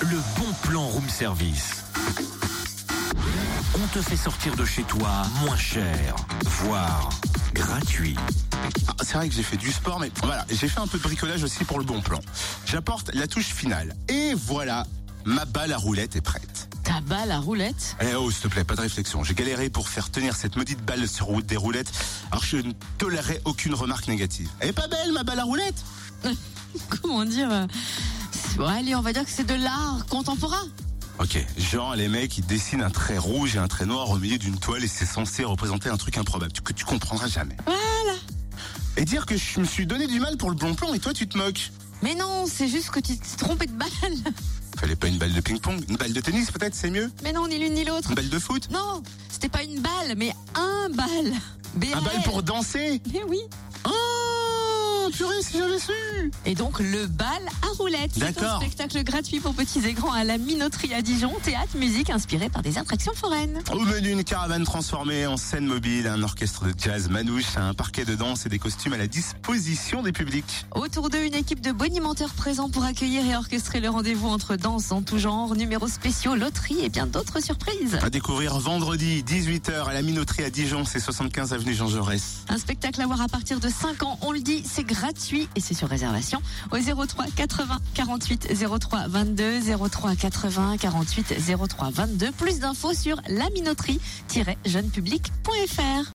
le bon plan room service. On te fait sortir de chez toi moins cher, voire gratuit. Ah, C'est vrai que j'ai fait du sport, mais voilà, j'ai fait un peu de bricolage aussi pour le bon plan. J'apporte la touche finale. Et voilà, ma balle à roulette est prête. Tabac, la roulette Eh oh, s'il te plaît, pas de réflexion. J'ai galéré pour faire tenir cette maudite balle sur route des roulettes, alors je ne tolérerai aucune remarque négative. Elle est pas belle, ma balle à roulette Comment dire euh, c'est- ouais, Allez, on va dire que c'est de l'art contemporain. Ok, genre les mecs ils dessinent un trait rouge et un trait noir au milieu d'une toile et c'est censé représenter un truc improbable que tu comprendras jamais. Voilà. Et dire que je me suis donné du mal pour le bon plan et toi tu te moques. Mais non, c'est juste que tu t'es trompé de balle. Fallait pas une balle de ping-pong, une balle de tennis peut-être c'est mieux, Mais non, ni l'une ni l'autre. une balle de foot, Non, c'était pas une balle, mais un balle. un BAL. balle pour danser. Mais oui. Oh purée si j'avais su. Et donc le bal à roulette. C'est un D'accord. spectacle gratuit pour petits et grands à la Minoterie à Dijon. Théâtre, musique inspirée par des attractions foraines. Au menu, une caravane transformée en scène mobile, un orchestre de jazz manouche, un parquet de danse et des costumes à la disposition des publics. Autour d'eux, une équipe de bonimenteurs présents pour accueillir et orchestrer le rendez-vous entre danse en tout genre, numéros spéciaux, loteries et bien d'autres surprises. À découvrir vendredi 18h à la Minoterie à Dijon, c'est 75 avenue Jean Jaurès. Un spectacle à voir à partir de 5 ans, on le dit, c'est gratuit et c'est sur réservation au 03 80 48 03 22 03 80 48 03 22. Plus d'infos sur laminoterie-jeunepublic.fr.